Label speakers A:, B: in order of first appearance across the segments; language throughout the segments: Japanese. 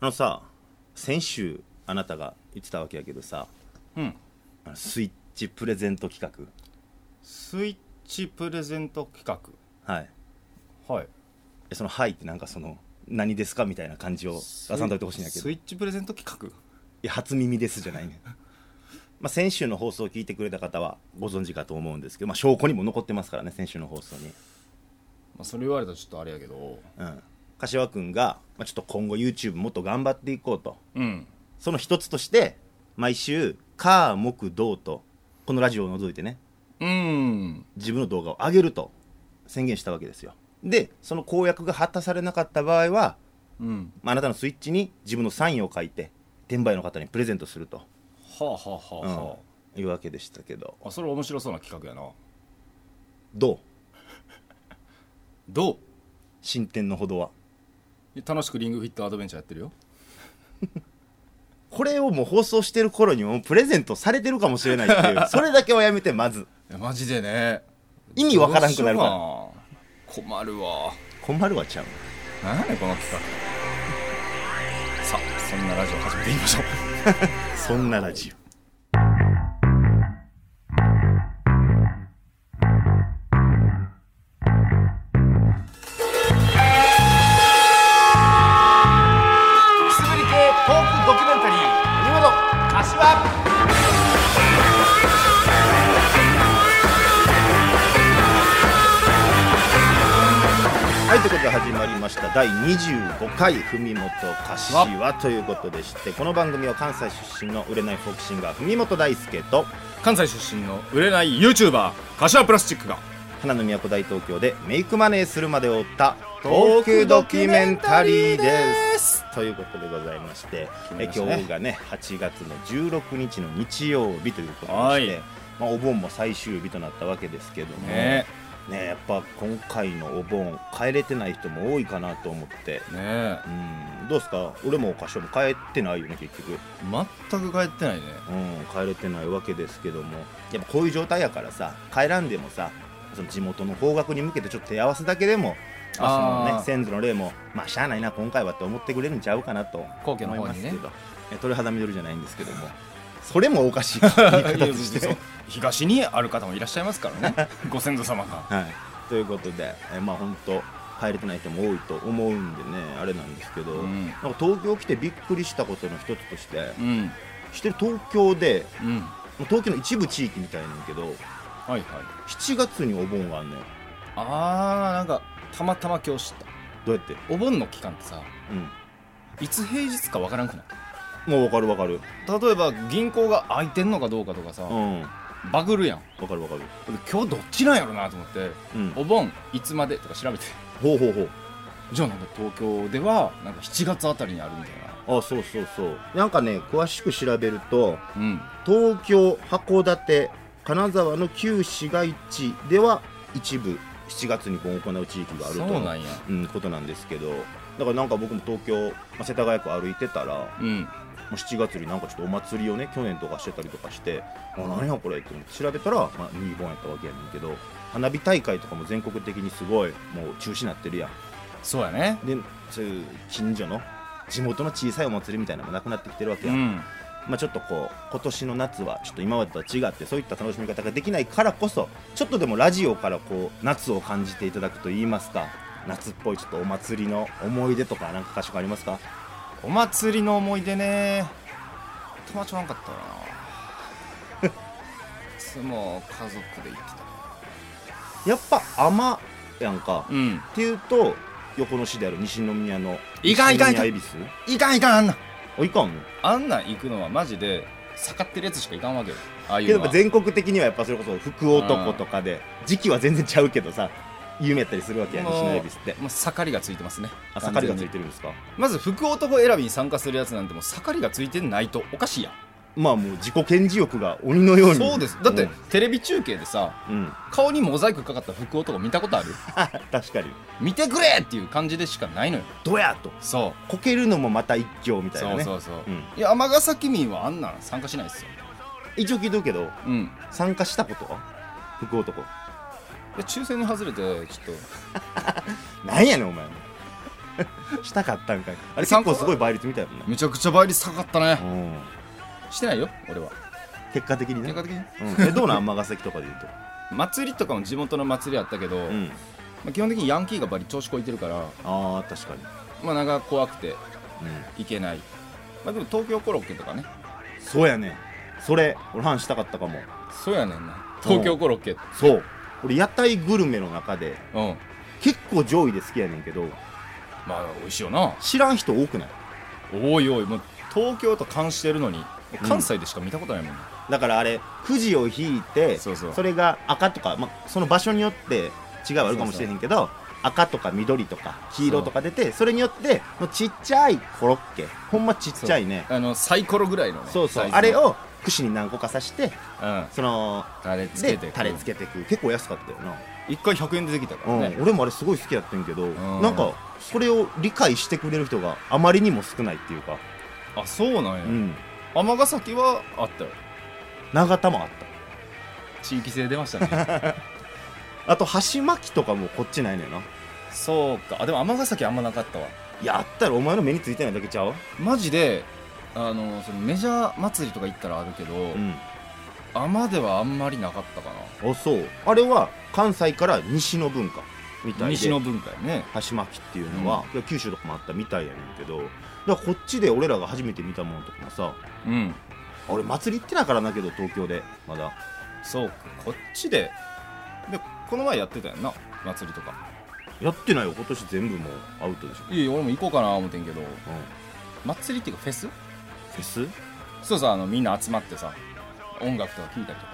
A: あのさ先週あなたが言ってたわけやけどさ
B: うん
A: あのスイッチプレゼント企
B: スイッチプレゼント企
A: 画はい
B: 画はい
A: えその「はい」ってなんかその「何ですか?」みたいな感じを出さんといてほしいんやけど
B: ス
A: い
B: イッチプレゼント企
A: や初耳ですじゃ ないねまあ先週の放送を聞いてくれた方はご存知かと思うんですけど、まあ、証拠にも残ってますからね先週の放送に、
B: 画、まあ、それ言われたらちょっとあれやけど
A: うん、柏君が、まあ、ちょっと今後 YouTube もっと頑張っていこうと
B: うん
A: その一つとして毎週火木土とこのラジオを除いてね
B: うん
A: 自分の動画を上げると宣言したわけですよでその公約が果たされなかった場合は、
B: うん
A: まああなたのスイッチに自分のサインを書いて転売の方にプレゼントすると、
B: はあはあはあ
A: うん
B: は
A: いうわけでしたけど
B: あ、あそれ面白そうな企画やな
A: どう
B: どう
A: 進展のほどは
B: 楽しくリングフィットアドベンチャーやってるよ
A: これをもう放送してる頃にもうプレゼントされてるかもしれないっていうそれだけはやめてまず
B: いやマジでね
A: 意味わからんくなるから
B: どうしようかな困るわ
A: 困るわちゃう
B: 何やねんこの企画 さあそんなラジオ始めていきましょう
A: そんなラジオ
B: くすぶり系トークドキュメンタリー「本柏」
A: はいということで始まりました第25回「文元柏」ということでしてこの番組は関西出身の売れないフォークシンガー文元大輔と
B: 関西出身の売れない YouTuber 柏プラスチックが
A: 花の都大東京でメイクマネーするまでを追ったトークドキュメンタリーですということでございましてえ
B: 決まりましたね
A: 今日がね8月の16日の日曜日ということで
B: は
A: し
B: い
A: て、まあ、お盆も最終日となったわけですけどもね
B: ね
A: やっぱ今回のお盆帰れてない人も多いかなと思って。
B: えね
A: うんどうですか俺もお菓子も帰ってないよね結局、
B: え全く帰って ないね
A: うん、帰れてないわけですけどもやっぱこういう状態やからさ帰らんでもさその地元の方角に向けてちょっと手合わせだけでも、まあその
B: あ
A: ね、
B: ー
A: 先祖の霊もまあしゃあないな今回はって思ってくれるんちゃうかなと
B: 皇居の
A: 思い
B: 方
A: ます
B: に
A: け
B: ね
A: ど、え鳥肌緑じゃないんですけどもそれもおか しい言い方とし
B: いや
A: て
B: 別に。東にある方もいらっしゃいますからね ご先祖様が
A: はい、ということで、えまあ本当帰れてない人も多いと思うんでねあれなんですけど、
B: うん
A: なんか東京来てびっくりしたことの一つとして、
B: うん
A: してる東京で
B: うん
A: もう東京の一部地域みたいなんやけど
B: はいはい
A: 7月にお盆があんのよ
B: あーなんかたまたま今日知った
A: どうやって
B: お盆の期間ってさ
A: う
B: いつ平日かわからんくない
A: んもう分かる分かる
B: 例えば銀行が開いてんのかどうかとかさ、
A: うん
B: バグるやん
A: 分かる分かる
B: 俺今日どっちなんやろなと思って
A: うん
B: お盆いつまでとか調べて
A: ほうほうほう
B: じゃあなんか東京ではなんか7月あたりにあるみたいな
A: あそうそうそうなんかね詳しく調べると
B: うん
A: 東京函館金沢の旧市街地では一部7月に盆を行う地域があると
B: そうなんや
A: うん、ことなんですけどだからなんか僕も東京、まあ世田谷区歩いてたら
B: うん
A: もう7月になんかちょっとお祭りをね去年とかしてたりとかしてあ何やこれって思って調べたら、まあ、日本やったわけやねんけど花火大会とかも全国的にすごいもう中止になってるやん
B: そうやね
A: でそういう近所の地元の小さいお祭りみたいなのもなくなってきてるわけ
B: う
A: やん、
B: ん
A: まあ、ちょっとこう今年の夏はちょっと今までとは違ってそういった楽しみ方ができないからこそちょっとでもラジオからこう夏を感じていただくといいますか夏っぽいちょっとお祭りの思い出とかなんか箇所ありますか
B: お祭りの思い出ね友達おらんかったな いつも家族で行って
A: やっぱ雨やんか
B: たうん
A: っていうと横の市である西宮の
B: いかんいかん
A: 西
B: い
A: 宮
B: かん
A: 恵比寿
B: いかんいかんあんな
A: あいかんの
B: あんなん行くのはマジで下がってるやつしかいかんわけよああい
A: け
B: う
A: ど
B: の
A: やっぱ
B: は
A: 全国的にはやっぱそれこそ福男とかで時期は全然ちゃうけどさ有名やったりするわけや
B: もう
A: 西宮恵比寿って
B: もう盛りがついてますね
A: あ盛りがつい
B: 完全に
A: てるんですか
B: まず福男選びに参加するやつなんてもう盛りがついてないとおかしいやん
A: まあもう自己顕示欲が鬼のように
B: そうですだって、
A: うん
B: テレビ中継でさ
A: うん、
B: 顔にモザイクかかった服男見たことある
A: 確かに
B: 見てくれっていう感じでしかないのよ
A: どやと
B: そ
A: こけるのもまた一興み
B: う
A: たい
B: そ
A: な
B: う
A: ね
B: そうそう、
A: うん
B: いや尼崎民はあんなん参加しないですよ
A: 一応聞いとくけど
B: うんい
A: 参加したことは福男
B: や抽選に外れてちょっと
A: なんやねんお前 したかったんかいあれ結構すごい倍率みたいもんね、
B: めちゃくちゃ倍率高かった
A: う
B: ね
A: ん、
B: してないよ俺は
A: 結果的にね
B: 結果的に
A: うん、えどうなん尼崎とかで言うと、
B: 祭りとかも地元の祭りあったけど、
A: うん、
B: まあ、基本的にヤンキーがバリ調子こいてるから
A: ああ確かに、
B: まあなんか怖くて
A: うん、
B: 行けないまあでも東京コロッケとかね
A: そうやねんそれ俺話したかったかも
B: そうやねんな東京コロッケ
A: そう俺屋台グルメの中で
B: うん、
A: 結構上位で好きやねんけど
B: まあ美味しいよな
A: 知らん人多くない
B: おいおいもう東京と関してるのに
A: うん
B: 関西でしか見たことないもん、
A: だからあれくじを引いて
B: そうそう
A: れが赤とか、ま、その場所によって違いはあるかもしれへんけど赤とか緑とか黄色とか出てそれによってのちっちゃいコロッケほんまちっちゃいね
B: あのサイコロぐらいのね
A: そうそう
B: サイズの
A: あれ、を串に何個か刺して
B: うん、
A: その
B: タレつけ
A: で
B: て
A: タレつけていく結構安かったよな、
B: 一回100円でできたか
A: う
B: ら
A: ん
B: ね、
A: 俺もあれすごい好きやってんけど、
B: ん
A: なんかそれを理解してくれる人があまりにも少ないっていうか、
B: あそうなんや
A: うん、
B: 尼、崎はあったよ
A: 長田もあっ
B: 地域性出ました ね
A: たあと箸巻きとかもこっちないのよな
B: そうかあでも尼崎あんまなかったわ
A: いやあったらお前の目についてないだけちゃう
B: マジであのそのメジャー祭りとか行ったらあるけど、
A: うん
B: 尼ではあんまりなかったか
A: あそうあれは関西から西の文化みたい
B: な
A: で
B: 西の文化やね
A: 箸巻きっていうのは、いや九州とかもあったみたいやねんけどだからこっちで俺らが初めて見たものとかもさ
B: うん
A: あ俺祭り行ってないからだけど東京でまだ
B: そうかこっちででこの前やってたやんな祭りとか
A: やってないよ今年全部もうアウトでしょ、
B: いやいや俺も行こうかな思ってんけど
A: うん、
B: 祭りっていうかフェス
A: フェス
B: そうさあのみんな集まってさ音楽とか聴いたりとか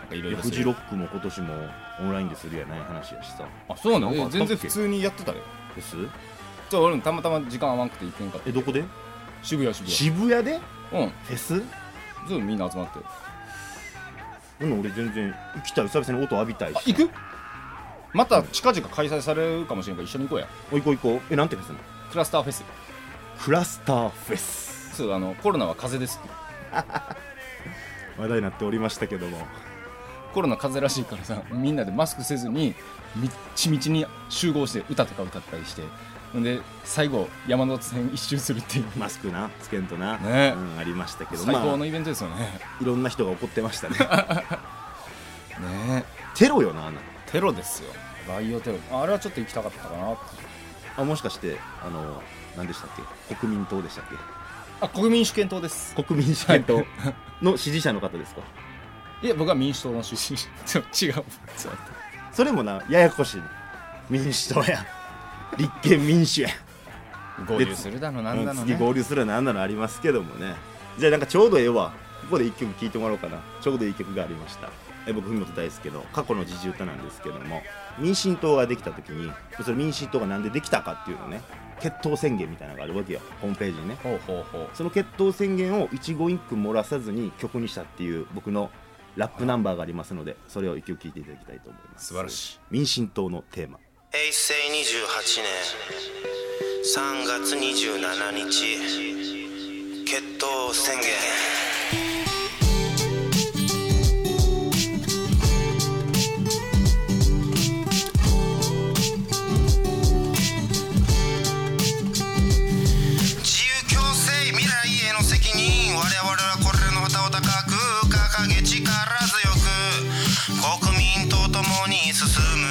B: なんかいろいろ
A: フジロックも今年もオンラインでするやない話やしさ
B: あそうなん
A: なんか
B: だ
A: あ
B: え
A: ったっけ
B: 全然普通にやってたで
A: フェス
B: じゃあ俺もたまたま時間合わんくて行けんかった
A: えどこで
B: 渋谷渋
A: 渋谷で
B: 谷うん
A: フェス
B: そうみんな集まって
A: うん俺全然行きたい久々に音浴びたい
B: あ
A: し
B: 行くまた近々開催されるかもしれんから一緒に行こうや
A: おいこう行こうえなんてフェスなの
B: クラスターフェス
A: クラスターフェス
B: そうあのコロナは風邪ですって
A: 話題になっておりましたけども
B: コロナ風邪らしいからさみんなでマスクせずにみっちみちに集合して歌とか歌ったりしてほんで最後山手線一周するっていう、
A: マスクなつけんとな、
B: ね
A: うん、ありましたけど
B: 最高
A: ま
B: の
A: あ
B: イベントですよね、
A: いろんな人が怒ってま したね
B: ね
A: テロよなあんなの
B: えテロですよバイオテロあれはちょっと行きたかったかなって
A: あもしかしてあの何でしたっけ国民党でしたっ
B: あ国民主権党です
A: け国民主権党の支持者の方ですか
B: いや僕は民主党の出身ちょ違うちょっと待って
A: それもなややこしいね民主党や立憲民主や
B: 合流するだのなんだの
A: 次
B: ね
A: 合流するのは何なのありますけどもねじゃあなんかちょうどええわここで1曲聴いてもらおうかなちょうどいい曲がありましたえ僕文本大輔の過去の自重歌なんですけども民進党ができた時にそれ民進党がなんでできたかっていうのね決闘宣言みたいなのがあるわけよホームページにね
B: ほうほうほう
A: その決闘宣言を一言一句漏らさずに曲にしたっていう僕のラップナンバーがありますのでそれを一曲聴いていただきたいと思います
B: 素晴らしい
A: 民進党のテーマ
C: 平成28年3月27日決闘宣言自由共生未来への責任我々はこれらの旗を高く掲げ力強く国民と共に進む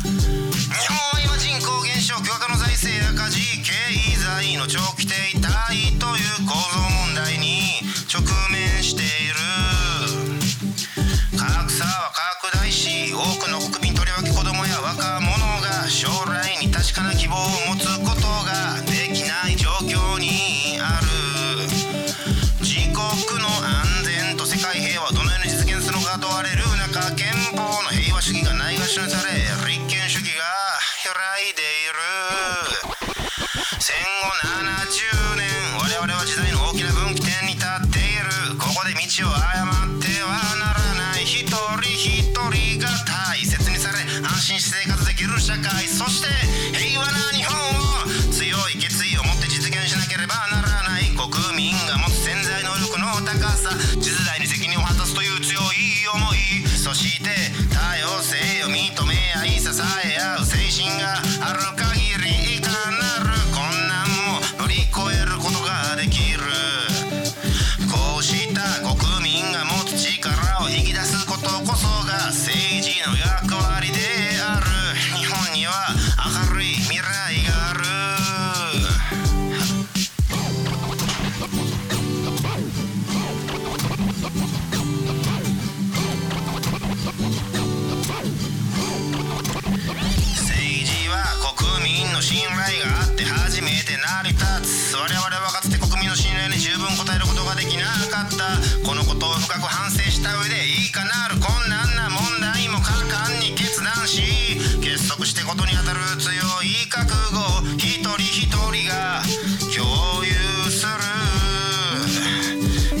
C: 日本は今人口減少巨額の財政赤字経済の長期停滞という構造問題に直面している格差は拡大し多くの国民とりわけ子供や若者が将来に確かな希望を持つことができない状況にある自国の安全と世界平和をどのように実現するのか問われる中憲法の平和主義がないがしろにされ立憲主義が揺らいでいる戦後70年我々は時代の大きな分岐点に立っているここで道を誤ってはならない一人一人が大切にされ安心して生活できる社会そして平和な日本を強い決意を持って実現しなければならない国民が持つ潜在能力の高さ次世代に責任を果たすという強い思いそして多様性を認め合い支え合う精神がある限りいかり立つ我々はかつて国民の信頼に十分応えることができなかったこのことを深く反省した上でいいかなるこんなんな問題も果敢に決断し結束してことに当たる強い覚悟を一人一人が共有する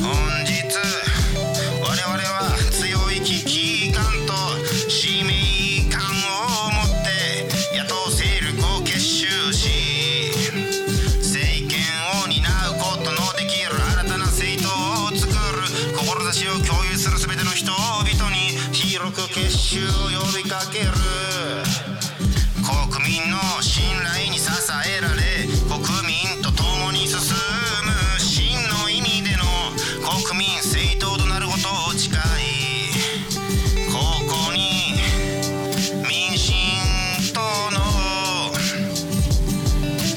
C: 本日我々は強い危機感と使命感を持って野党勢力を結集し政権を担うことのできる新たな政党を作る志を共有する全ての人々に広く結集を呼びかける国民の信頼に支えられ国民と共に進む真の意味での国民政党となることを誓いここに民進党の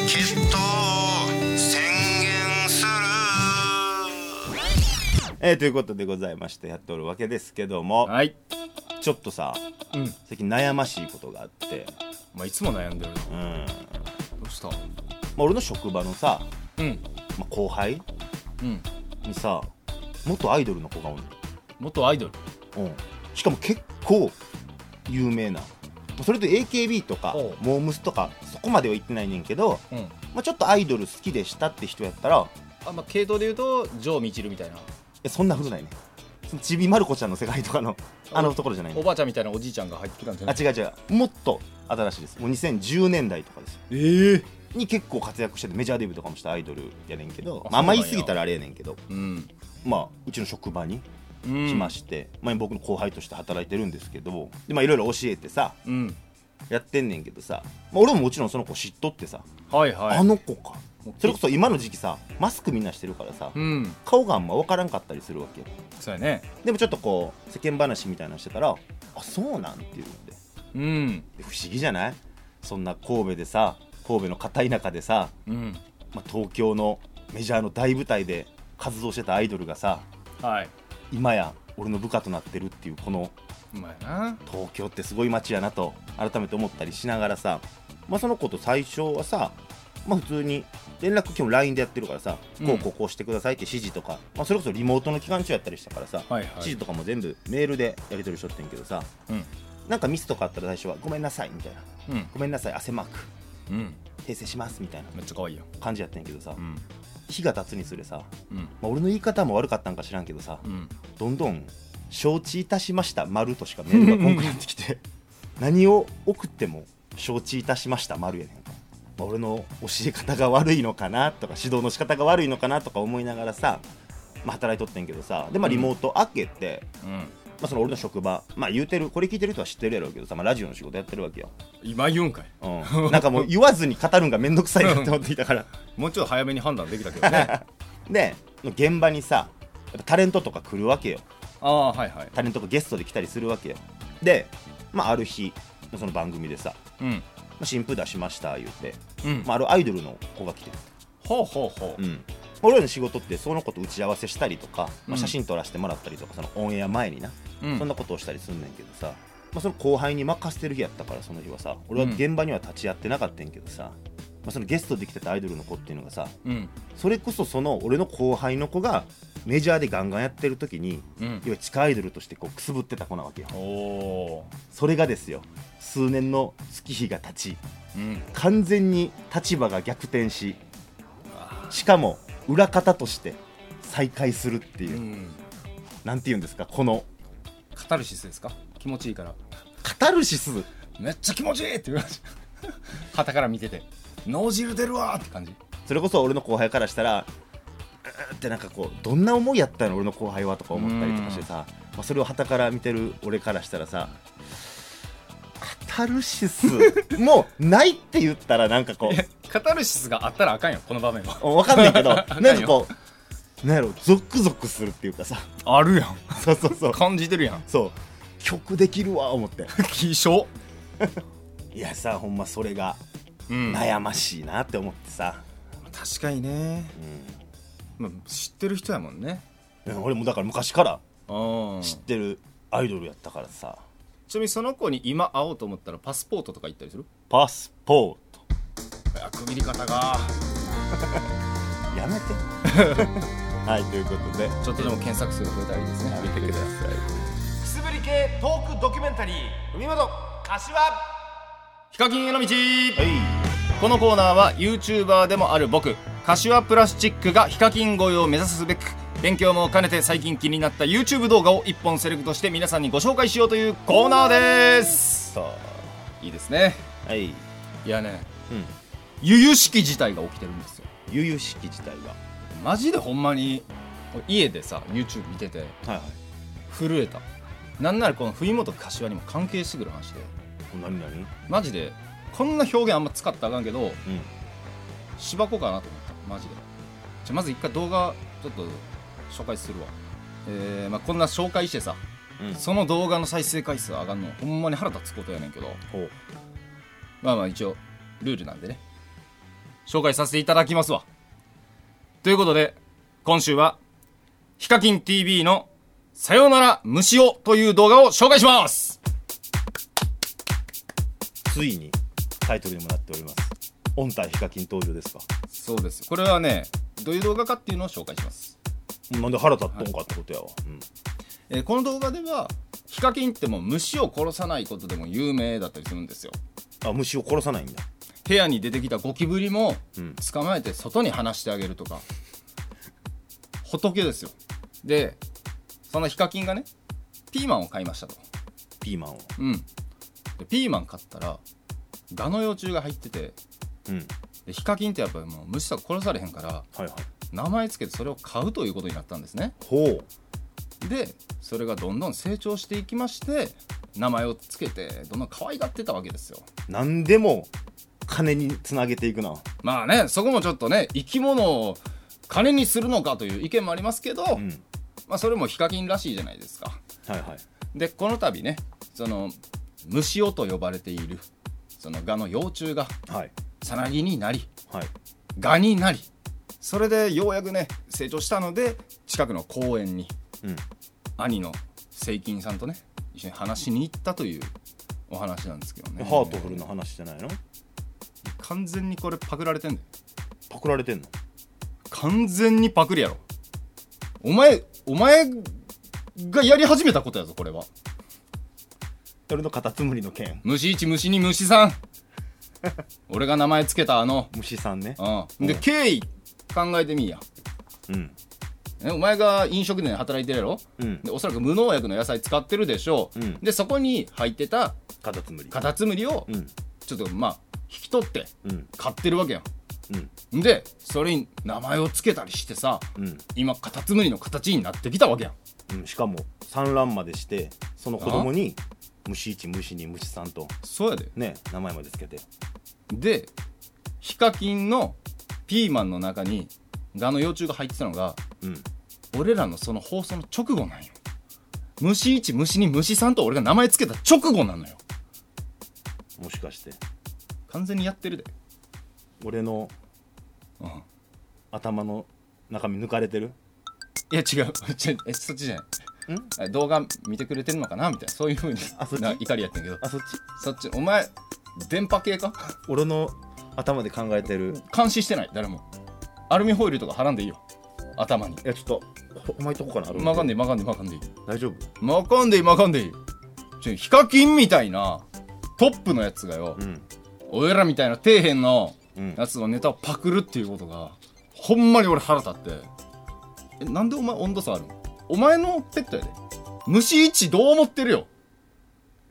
C: 決闘を宣言する
A: えーということでございましてやっておるわけですけども、
B: はい、
A: ちょっとさ
B: うん
A: 最近悩ましいことがあって、
B: まあ、いつも悩んでる
A: うんま
B: どうした
A: あ、俺の職場のさ、
B: うん
A: まあ、後輩
B: うん
A: にさ元アイドルの子がおんの
B: 元アイドル
A: うん、しかも結構有名なそれと AKB とか
B: おう
A: モームスとかそこまでは行ってないねんけど、
B: うん
A: まあ、ちょっとアイドル好きでしたって人やったら
B: あまあ系統で言うとジョー・ミチルみたいな
A: えそんな古ないねそのちびまる子ちゃんの世界とかの
B: お
A: あのところじゃない
B: お
A: ね
B: ばあちゃんみたいなおじいちゃんが入ってきたんじゃ
A: あ
B: ない
A: 違う違うもっと新しいですもう2010年代とかですよ
B: ええ
A: に結構活躍しててメジャーデビューとかもしたアイドルやねんけど
B: あ
A: まああんま
B: そ
A: 言
B: うなんや
A: い過ぎたらあれやねんけど
B: うん
A: まあうちの職場に
B: うん
A: 来まして、まあ、僕の後輩として働いてるんですけどでまあいろいろ教えてさ
B: うん
A: やってんねんけどさ、まあ、俺ももちろんその子知っとってさ、
B: はいはい
A: あの子か
B: もう
A: それこそ今の時期さマスクみんなしてるからさ、
B: うん
A: 顔があんま分からんかったりするわけよ
B: そうやね
A: でもちょっとこう世間話みたいなのしてたらあそうなんっていうんで
B: うん
A: で不思議じゃないそんな神戸でさ神戸の片田舎でさ、
B: うん
A: まあ、東京のメジャーの大舞台で活動してたアイドルがさ
B: はい
A: 今や俺の部下となってるっていうこの
B: うまいな
A: 東京ってすごい街やなと改めて思ったりしながらさ、まあ、その子と最初はさ、まあ、普通に連絡基本 LINE でやってるからさ、
B: うん
A: こうこうこうしてくださいって指示とか、まあ、それこそリモートの期間中やったりしたからさ、
B: はいはい
A: 指示とかも全部メールでやり取りしとってんけどさ
B: うん
A: なんかミスとかあったら最初は「ごめんなさい」みたいな
B: うん
A: 「ごめんなさい汗マーク
B: うん
A: 訂正します」みたいな
B: めっちゃ可愛いよ
A: 感じやってんけどさ、
B: うん
A: 日が経つにつれさ、
B: うん
A: まあ、俺の言い方も悪かったんか知らんけどさ、
B: うん
A: どんどん「承知いたしました丸としかメールが来んくなってきて何を送っても「承知いたしました丸やねんか、まあ俺の教え方が悪いのかなとか指導の仕方が悪いのかなとか思いながらさ、まあ、働いとってんけどさで、まあ、リモート開けて、
B: うん
A: まあ、その俺の職場、まあ、言うてるこれ聞いてる人は知ってるやろうけどさ、まあ、ラジオの仕事やってるわけよ、
B: 今言うんかい
A: うん、なんかもう言わずに語るんがめんどくさいなって思っていた から
B: もうちょっと早めに判断できたけどね
A: で現場にさやっぱタレントとか来るわけよ
B: ああはいはい
A: タレントがゲストで来たりするわけよで、まあ、ある日のその番組でさ
B: うん
A: 「まあ新風出しました」言うて、
B: うん
A: まあ、あるアイドルの子が来て、
B: ほうほうほう
A: うん、俺らの仕事ってその子と打ち合わせしたりとか、
B: う
A: ま
B: ん
A: あ、写真撮らせてもらったりとかそのオンエア前にな、
B: うん
A: そんなことをしたりすんねんけどさ、まあ、その後輩に任せてる日やったからその日はさ俺は現場には立ち会ってなかったんやけどさ、まあ、そのゲストで来てたアイドルの子っていうのがさ
B: うん
A: それこそその俺の後輩の子がメジャーでガンガンやってる時に
B: うん
A: いわゆる地下アイドルとしてこうくすぶってた子なわけよ
B: おお
A: それがですよ数年の月日が経ち
B: ーうん
A: 完全に立場が逆転ししかも裏方として再会するって
B: う
A: いう、
B: ん
A: なんて言うんですかこの
B: カタルシスですか気持ちいいから
A: カタルシス
B: めっちゃ気持ちいいって 言われて旗から見てて脳汁出るわーって感じ
A: それこそ俺の後輩からしたらうーってなんかこうどんな思いやったの俺の後輩はとか思ったりとかしてさ、まあ、それを旗から見てる俺からしたらさカタルシ スもうないって言ったらなんかこう
B: カタルシスがあったらあかんよこの場面は
A: わかんないけどなん
B: か
A: か
B: んないよ
A: こうなんやろゾクゾクするっていうかさ
B: あるやん
A: そうそうそう
B: 感じてるやん
A: そう曲できるわ思って
B: 気象
A: いやさほんまそれが
B: うん
A: 悩ましいなって思ってさ、
B: 確かにね、まあ、知ってる人やもんね
A: うん俺もだから昔から
B: うん
A: 知っ
B: ち
A: てるアイドルやったからさ
B: なみにその子に今会おうと思ったらパスポートとか言ったりする
A: パスポート
B: あくびり方 が
A: はいということで
B: ちょっとでも検索数が増えたらいいですね
A: やめてください
D: くすぶり系トークドキュメンタリー海本柏
B: ヒカキンへの道
A: は
B: このコーナーは YouTuber でもある僕柏プラスチックがヒカキン越えを目指すべく勉強も兼ねて最近気になった YouTube 動画を1本セレクトして皆さんにご紹介しようというコーナーで
A: い
B: す
A: さ
B: いいですね
A: あはい
B: いやね
A: うん
B: 由々しき事態が起きてるんですよ
A: 悠々しき自体
B: マジでほんまに家でさ YouTube 見てて
A: がはいはい
B: 震えたなんならこの冬本柏にも関係してくる話で
A: 何何うん
B: マジでこんな表現あんま使ったらあかんけど芝子かなと思ったマジでじゃあまず一回動画ちょっと紹介するわえー、まあこんな紹介してさ
A: うん
B: その動画の再生回数上がんのほんまに腹立つことやねんけど
A: ほう
B: まあまあ一応ルールなんでね紹介させていただきますわということで今週は「ヒカキン TV のさよなら虫を」という動画を紹介します
A: ついにタイトルにもなっております音体ヒカキン登場ですか
B: そうですこれはねどういう動画かっていうのを紹介します
A: なんで腹立っとんかってことやわ、うん
B: えーこの動画ではヒカキンってもう虫を殺さないことでも有名だったりするんですよ
A: あ虫を殺さないんだ
B: 部屋に出てきたゴキブリも
A: ん
B: 捕まえて外に放してあげるとか、仏ですよでそのヒカキンがねピーマンを買いましたと
A: ピーマンを
B: うんでピーマン買ったらガの幼虫が入ってて
A: うん
B: でヒカキンってやっぱりもう虫とか殺されへんから
A: はいはい
B: 名前つけてそれを買うということになったんですね
A: ほ
B: でそれがどんどん成長していきまして名前をつけてどんどん可愛がってたわけですよ
A: うなんでも金につなげていくな
B: まあねそこもちょっとね生き物を金にするのかという意見もありますけど、
A: うん
B: まあ、それもヒカキンらしいじゃないですか
A: はいはい
B: でこの度ねその虫をと呼ばれているそのガの幼虫が
A: はい
B: さなぎになり
A: はい
B: ガになりそれでようやくね成長したので近くの公園に
A: うん
B: 兄のセイキンさんとね一緒に話しに行ったというお話なんですけどね
A: ハートフルな話じゃないの
B: 完全にこれパクられてんだよ
A: パクられてんの
B: 完全にパクリやろお前お前がやり始めたことやぞこれは
A: それのカタツムリの件
B: 虫1虫2虫3 俺が名前つけたあの
A: 虫さんね
B: うんで
A: うん
B: 経緯考えてみいや、
A: うん
B: ね、お前が飲食店で働いてるやろ、
A: うん
B: でおそらく無農薬の野菜使ってるでしょう、
A: うん
B: でそこに入ってた
A: カタツムリ
B: カタツムリを
A: うん
B: ちょっとまあ引き取って
A: うん
B: 買ってるわけや
A: うん
B: んでそれに名前をつけたりしてさ
A: うん
B: 今カタツムリの形になってきたわけやん
A: うん、しかも産卵までしてその子供に虫1虫2虫3と
B: そうやで
A: ね名前までつけて
B: でヒカキンのピーマンの中にガの幼虫が入ってたのが
A: うん
B: 俺らのその放送の直後なんよ虫1虫2虫3と俺が名前つけた直後なのよ
A: もしかして
B: 完全にやってるで
A: 俺の
B: うん
A: 頭の中身抜かれてる
B: いや違う ちょえそっちじゃない動画見てくれてるのかなみたいなそういうふうに
A: あそっち
B: な怒りやってんけど
A: あそっち
B: そっちお前電波系か
A: 俺の頭で考えてる
B: 監視してない誰もアルミホイルとかはらんでいいよ頭に
A: いやちょっとお前とこかな
B: まかんでいいまかんでいいまかんでいい
A: 大丈夫
B: まかんでいいまかんでいいちょヒカキンみたいなトップのやつがよ、
A: うん
B: 俺らみたいな底辺の
A: うん
B: やつのネタをパクるっていうことがほんまに俺腹立ってえなんでお前温度差あるのお前のペットやで虫一どう思ってるよ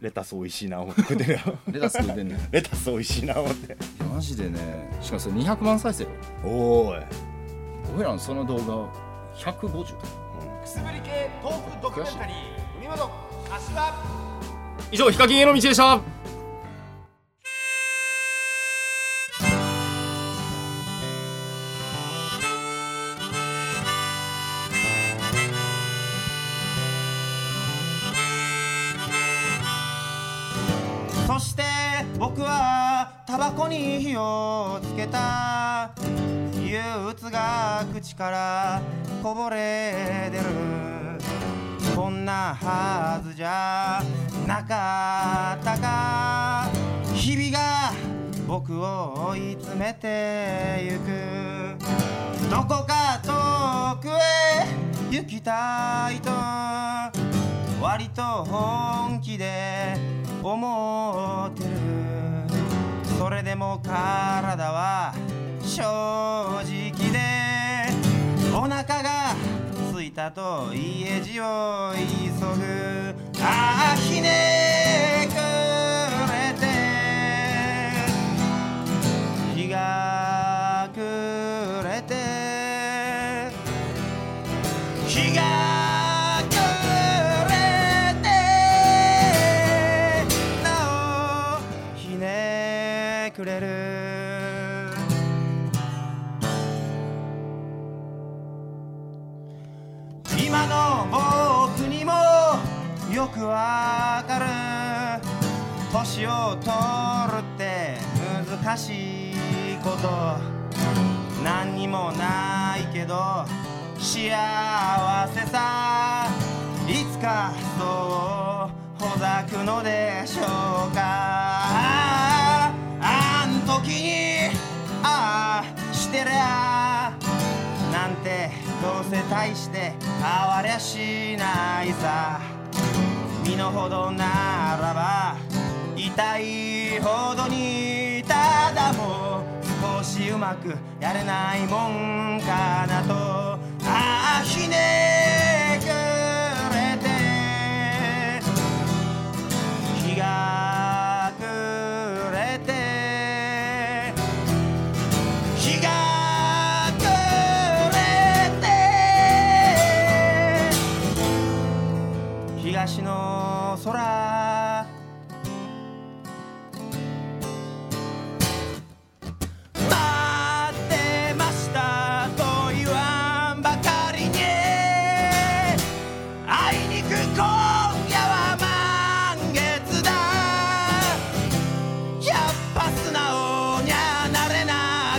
A: レタス美味しいな思って るよ
B: レタス食うてんねん い
A: レタス美味しいな思って
B: やマジでねしかもそれ200万再生よ
A: おーい
B: 俺らのその動画150
D: くすぶり系トークドキュメンタリー海本柏
B: 以上ヒカキンへの道でした
E: そして僕はタバコに火をつけた憂鬱が口からこぼれ出るこんなはずじゃなかったか日々が僕を追い詰めてゆくどこか行きたいと割と本気で思ってるそれでも体は正直でお腹が空いたと家路を急ぐああひねくれて日が暮れて日が暮れてなおひねくれる今の僕にもよくわかる年を取るって難しいこと何にもないけど幸せさいつかそうほざくのでしょうかあん時にああしてりゃなんてどうせ大して変わりゃしないさ身の程ならば痛いほどにただもう少しうまくやれないもんかなとああひねくれて日が暮れて日が暮れて東の空待ってましたと言わんばかりにあいにく今夜は満月だやっぱ素直にゃなれな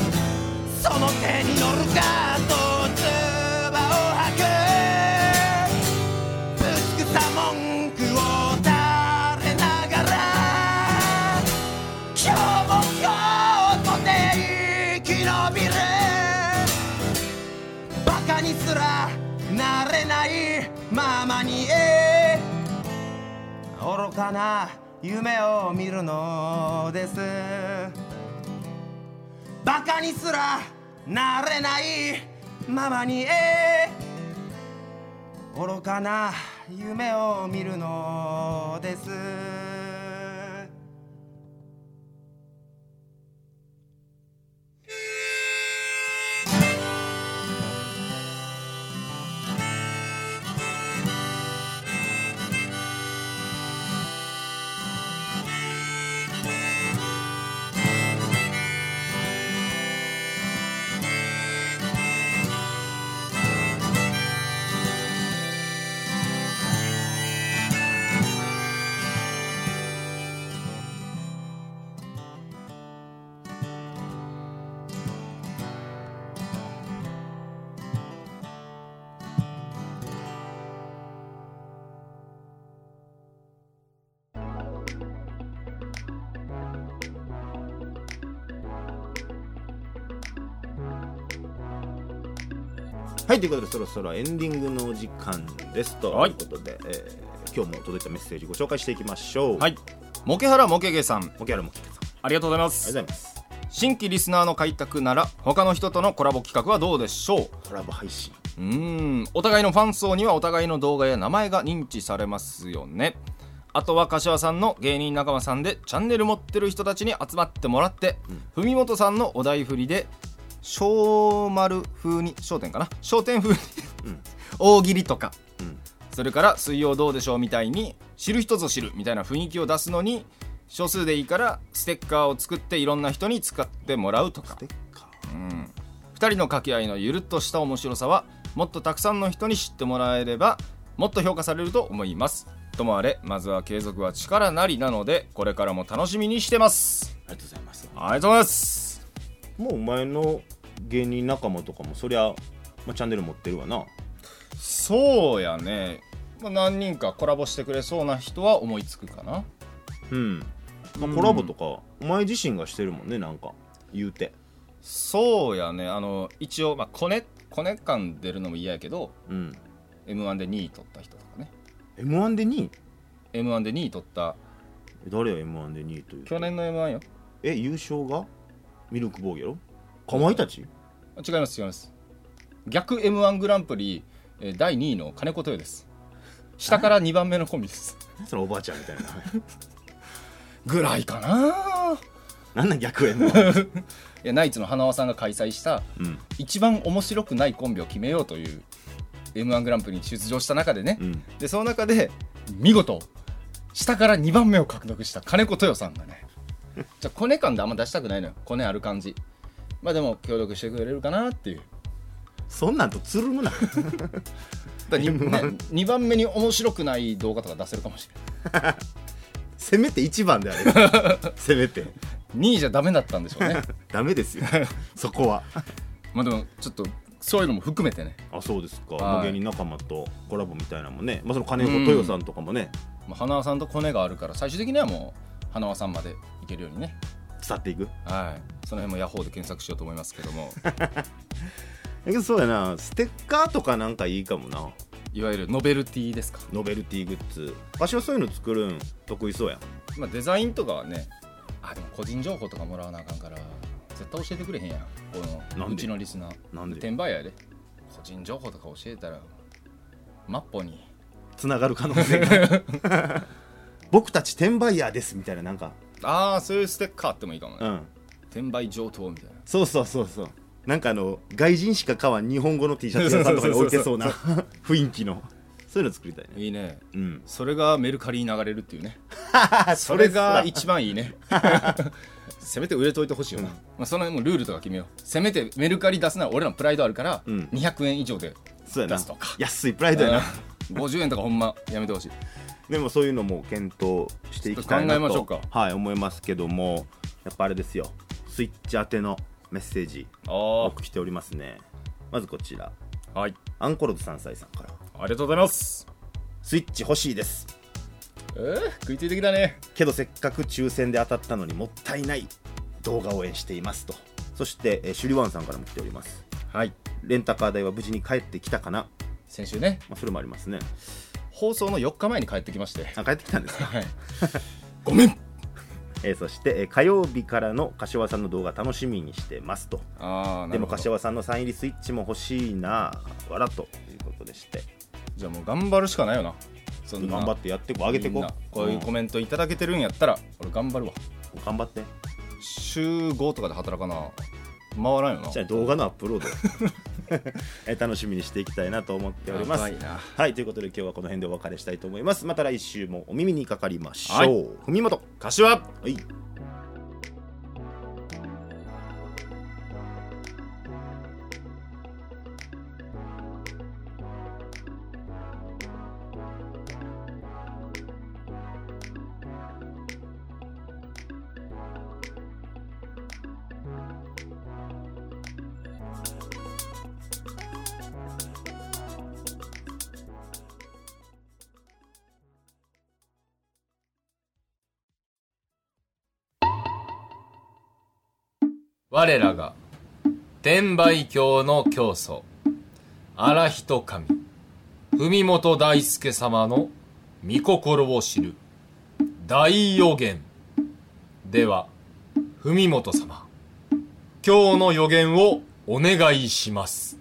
E: くてその手に乗るかと唾を吐くぶつくさ文句を垂れながら今日も今日とて生き延びるバカにすらなれないままに愚かな夢を見るのですバカにすらなれないままに愚かな夢を見るのです
A: はいということでそろそろエンディングのお時間ですということで、えー今日も届いたメッセージご紹介していきましょう
B: はいモケハラモケゲさん
A: モキャラモキケさんあ
B: ありがとうございま
A: り
B: す
A: がとうございます
B: 新規リスナーの開拓なら他の人とのコラボ企画はどうでしょう
A: コラボ配信
B: うーんお互いのファン層にはお互いの動画や名前が認知されますよねあとは柏さんの芸人仲間さんでチャンネル持ってる人たちに集まってもらって、文元さんのお題振りで小丸風に商店かな商店風に、大喜利とか、
A: ん
B: それから「水曜どうでしょう」みたいに知る人ぞ知るみたいな雰囲気を出すのに少数でいいからステッカーを作っていろんな人に使ってもらうとか
A: でっか
B: 2人の掛け合いのゆるっとした面白さはもっとたくさんの人に知ってもらえればもっと評価されると思いますともあれまずは継続は力なりなのでこれからも楽しみにしてます
A: ありがとうございます
B: ありがとうございます
A: もうお前の芸人仲間とかもそりゃ、まあ、チャンネル持ってるわな
B: そうやね、まあ、何人かコラボしてくれそうな人は思いつくかな
A: うん、まあ、コラボとかお前自身がしてるもんねなんか言うて
B: そうやねあの一応まあコネコネ感出るのも嫌やけど
A: うん。
B: m 1で2位取った人とかね
A: M1 で2位
B: m 1で2位取った
A: 誰よ M1 で2位という。
B: 去年の m 1よ
A: え、優勝がミルクボーイやろかまいたち
B: 違います違います逆 m 1グランプリえー第2位の金子豊です下から2番目のコンビです
A: 何そのおばあちゃんみたいな。
B: ぐらいかな
A: なんなん逆 M1?
B: いやナイツの花輪さんが開催した
A: うん。
B: 一番面白くないコンビを決めようという m 1グランプリに出場した中でね、
A: うん。
B: でその中で見事下から2番目を獲得した金子豊さんが ねじゃあコネ感であんま出したくないのよコネある感じまあでも協力してくれるかなっていう
A: そんなんとつるむな。
B: だ 2,
A: M1
B: 番目に面白くない動画とか出せるかもしれ
A: せめて1番であ れ。せめて。
B: ない2位じゃダメだったんでしょうね
A: ダメ ですよ。そこは。
B: まあでもちょっとそういうのも含めてね、
A: あそうですか、
B: はい
A: まあ芸人仲間とコラボみたいなのもね、まあ、その金子豊さんとかもね、
B: まあ、花輪さんとコネがあるから最終的にはもう花輪さんまでいけるようにね
A: 伝っていく
B: はいその辺もヤホーで検索しようと思いますけ ども
A: だけどそうやなステッカーとかなんかいいかもない
B: わゆるノベルティですか、
A: ノベルティグッズわしはそういうの作るん得意そうや
B: まあ、デザインとかはねあでも個人情報とかもらわなあかんから絶対教えてくれへんやんこ
A: な
B: の
A: んで
B: うちのリスナー
A: なんで
B: 転売やで個人情報とか教えたらマッポに
A: つながる可能性が 僕たち転売ヤーですみたいななんか
B: ああそういうステッカーあってもいいかもね、
A: うん
B: 転売上等みたいな
A: そうそうそうそうなんかあの外人しか買わん日本語の T シャツ屋さんとかに置いてそうな雰囲気のそういうの作りたいね
B: いいね
A: うん
B: それがメルカリに流れるっていうねそ
A: そ
B: れ
A: れが
B: が一番いいね せめて売れといてほしいよな、まあ、その辺もルールとか決めようせめてメルカリ出すなら俺らのプライドあるから、
A: うん
B: 200円以上で
A: そうやな
B: 出すとか
A: 安いプライドや な
B: 50円とかほんまやめてほしい
A: でもそういうのも検討していきたいな
B: ちょ
A: と
B: っと考えましょう
A: はい、思いますけどもやっぱあれですよスイッチ宛てのメッセージ
B: あ
A: 多く来ておりますねまずこちら
B: あはい
A: アンコロズ3歳さんから
B: ありがとうございます
A: スイッチ欲しいです
B: えー、食いついてきたね
A: けどせっかく抽選で当たったのにもったいない動画応援していますとそして、えー、シュリワンさんからも来ております
B: はい
A: レンタカー代は無事に帰ってきたかな、
B: 先週ね
A: まあ、それもありますね
B: 放送の4日前に帰ってきまして
A: あ帰ってきたんですか、
B: はいごめん
A: えーそして、えー火曜日からの柏さんの動画楽しみにしてますと
B: ああ
A: でも柏さんのサイン入りスイッチも欲しいなわらということでして
B: じゃあもう頑張るしかないよなそんな
A: 頑張ってやってこう上げて
B: みん
A: こ
B: な
A: う
B: こういうコ
A: ん
B: メントいただけてるんやったら俺頑張るわ
A: 頑張って
B: 週5とかで働かな回らんよな
A: じゃあ動画のアップロード え楽しみにしていきたいなと思っております
B: やばいな
A: はいということで今日はこの辺でお別れしたいと思いますまた来週もお耳にかかりましょう、
B: はい
A: 文元
B: 柏
A: はい
F: 我らが天売教の教祖荒人神文本大輔様の御心を知る大予言では文本様今日の予言をお願いします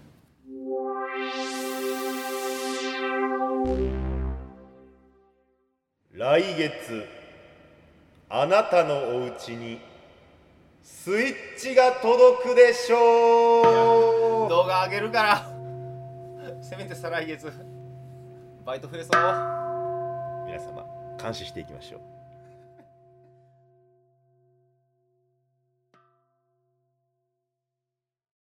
G: 来月あなたのお家にスイッチが届くでしょう
B: 動画上げるからせめて再来月バイト増えそう
G: 皆様監視していきましょう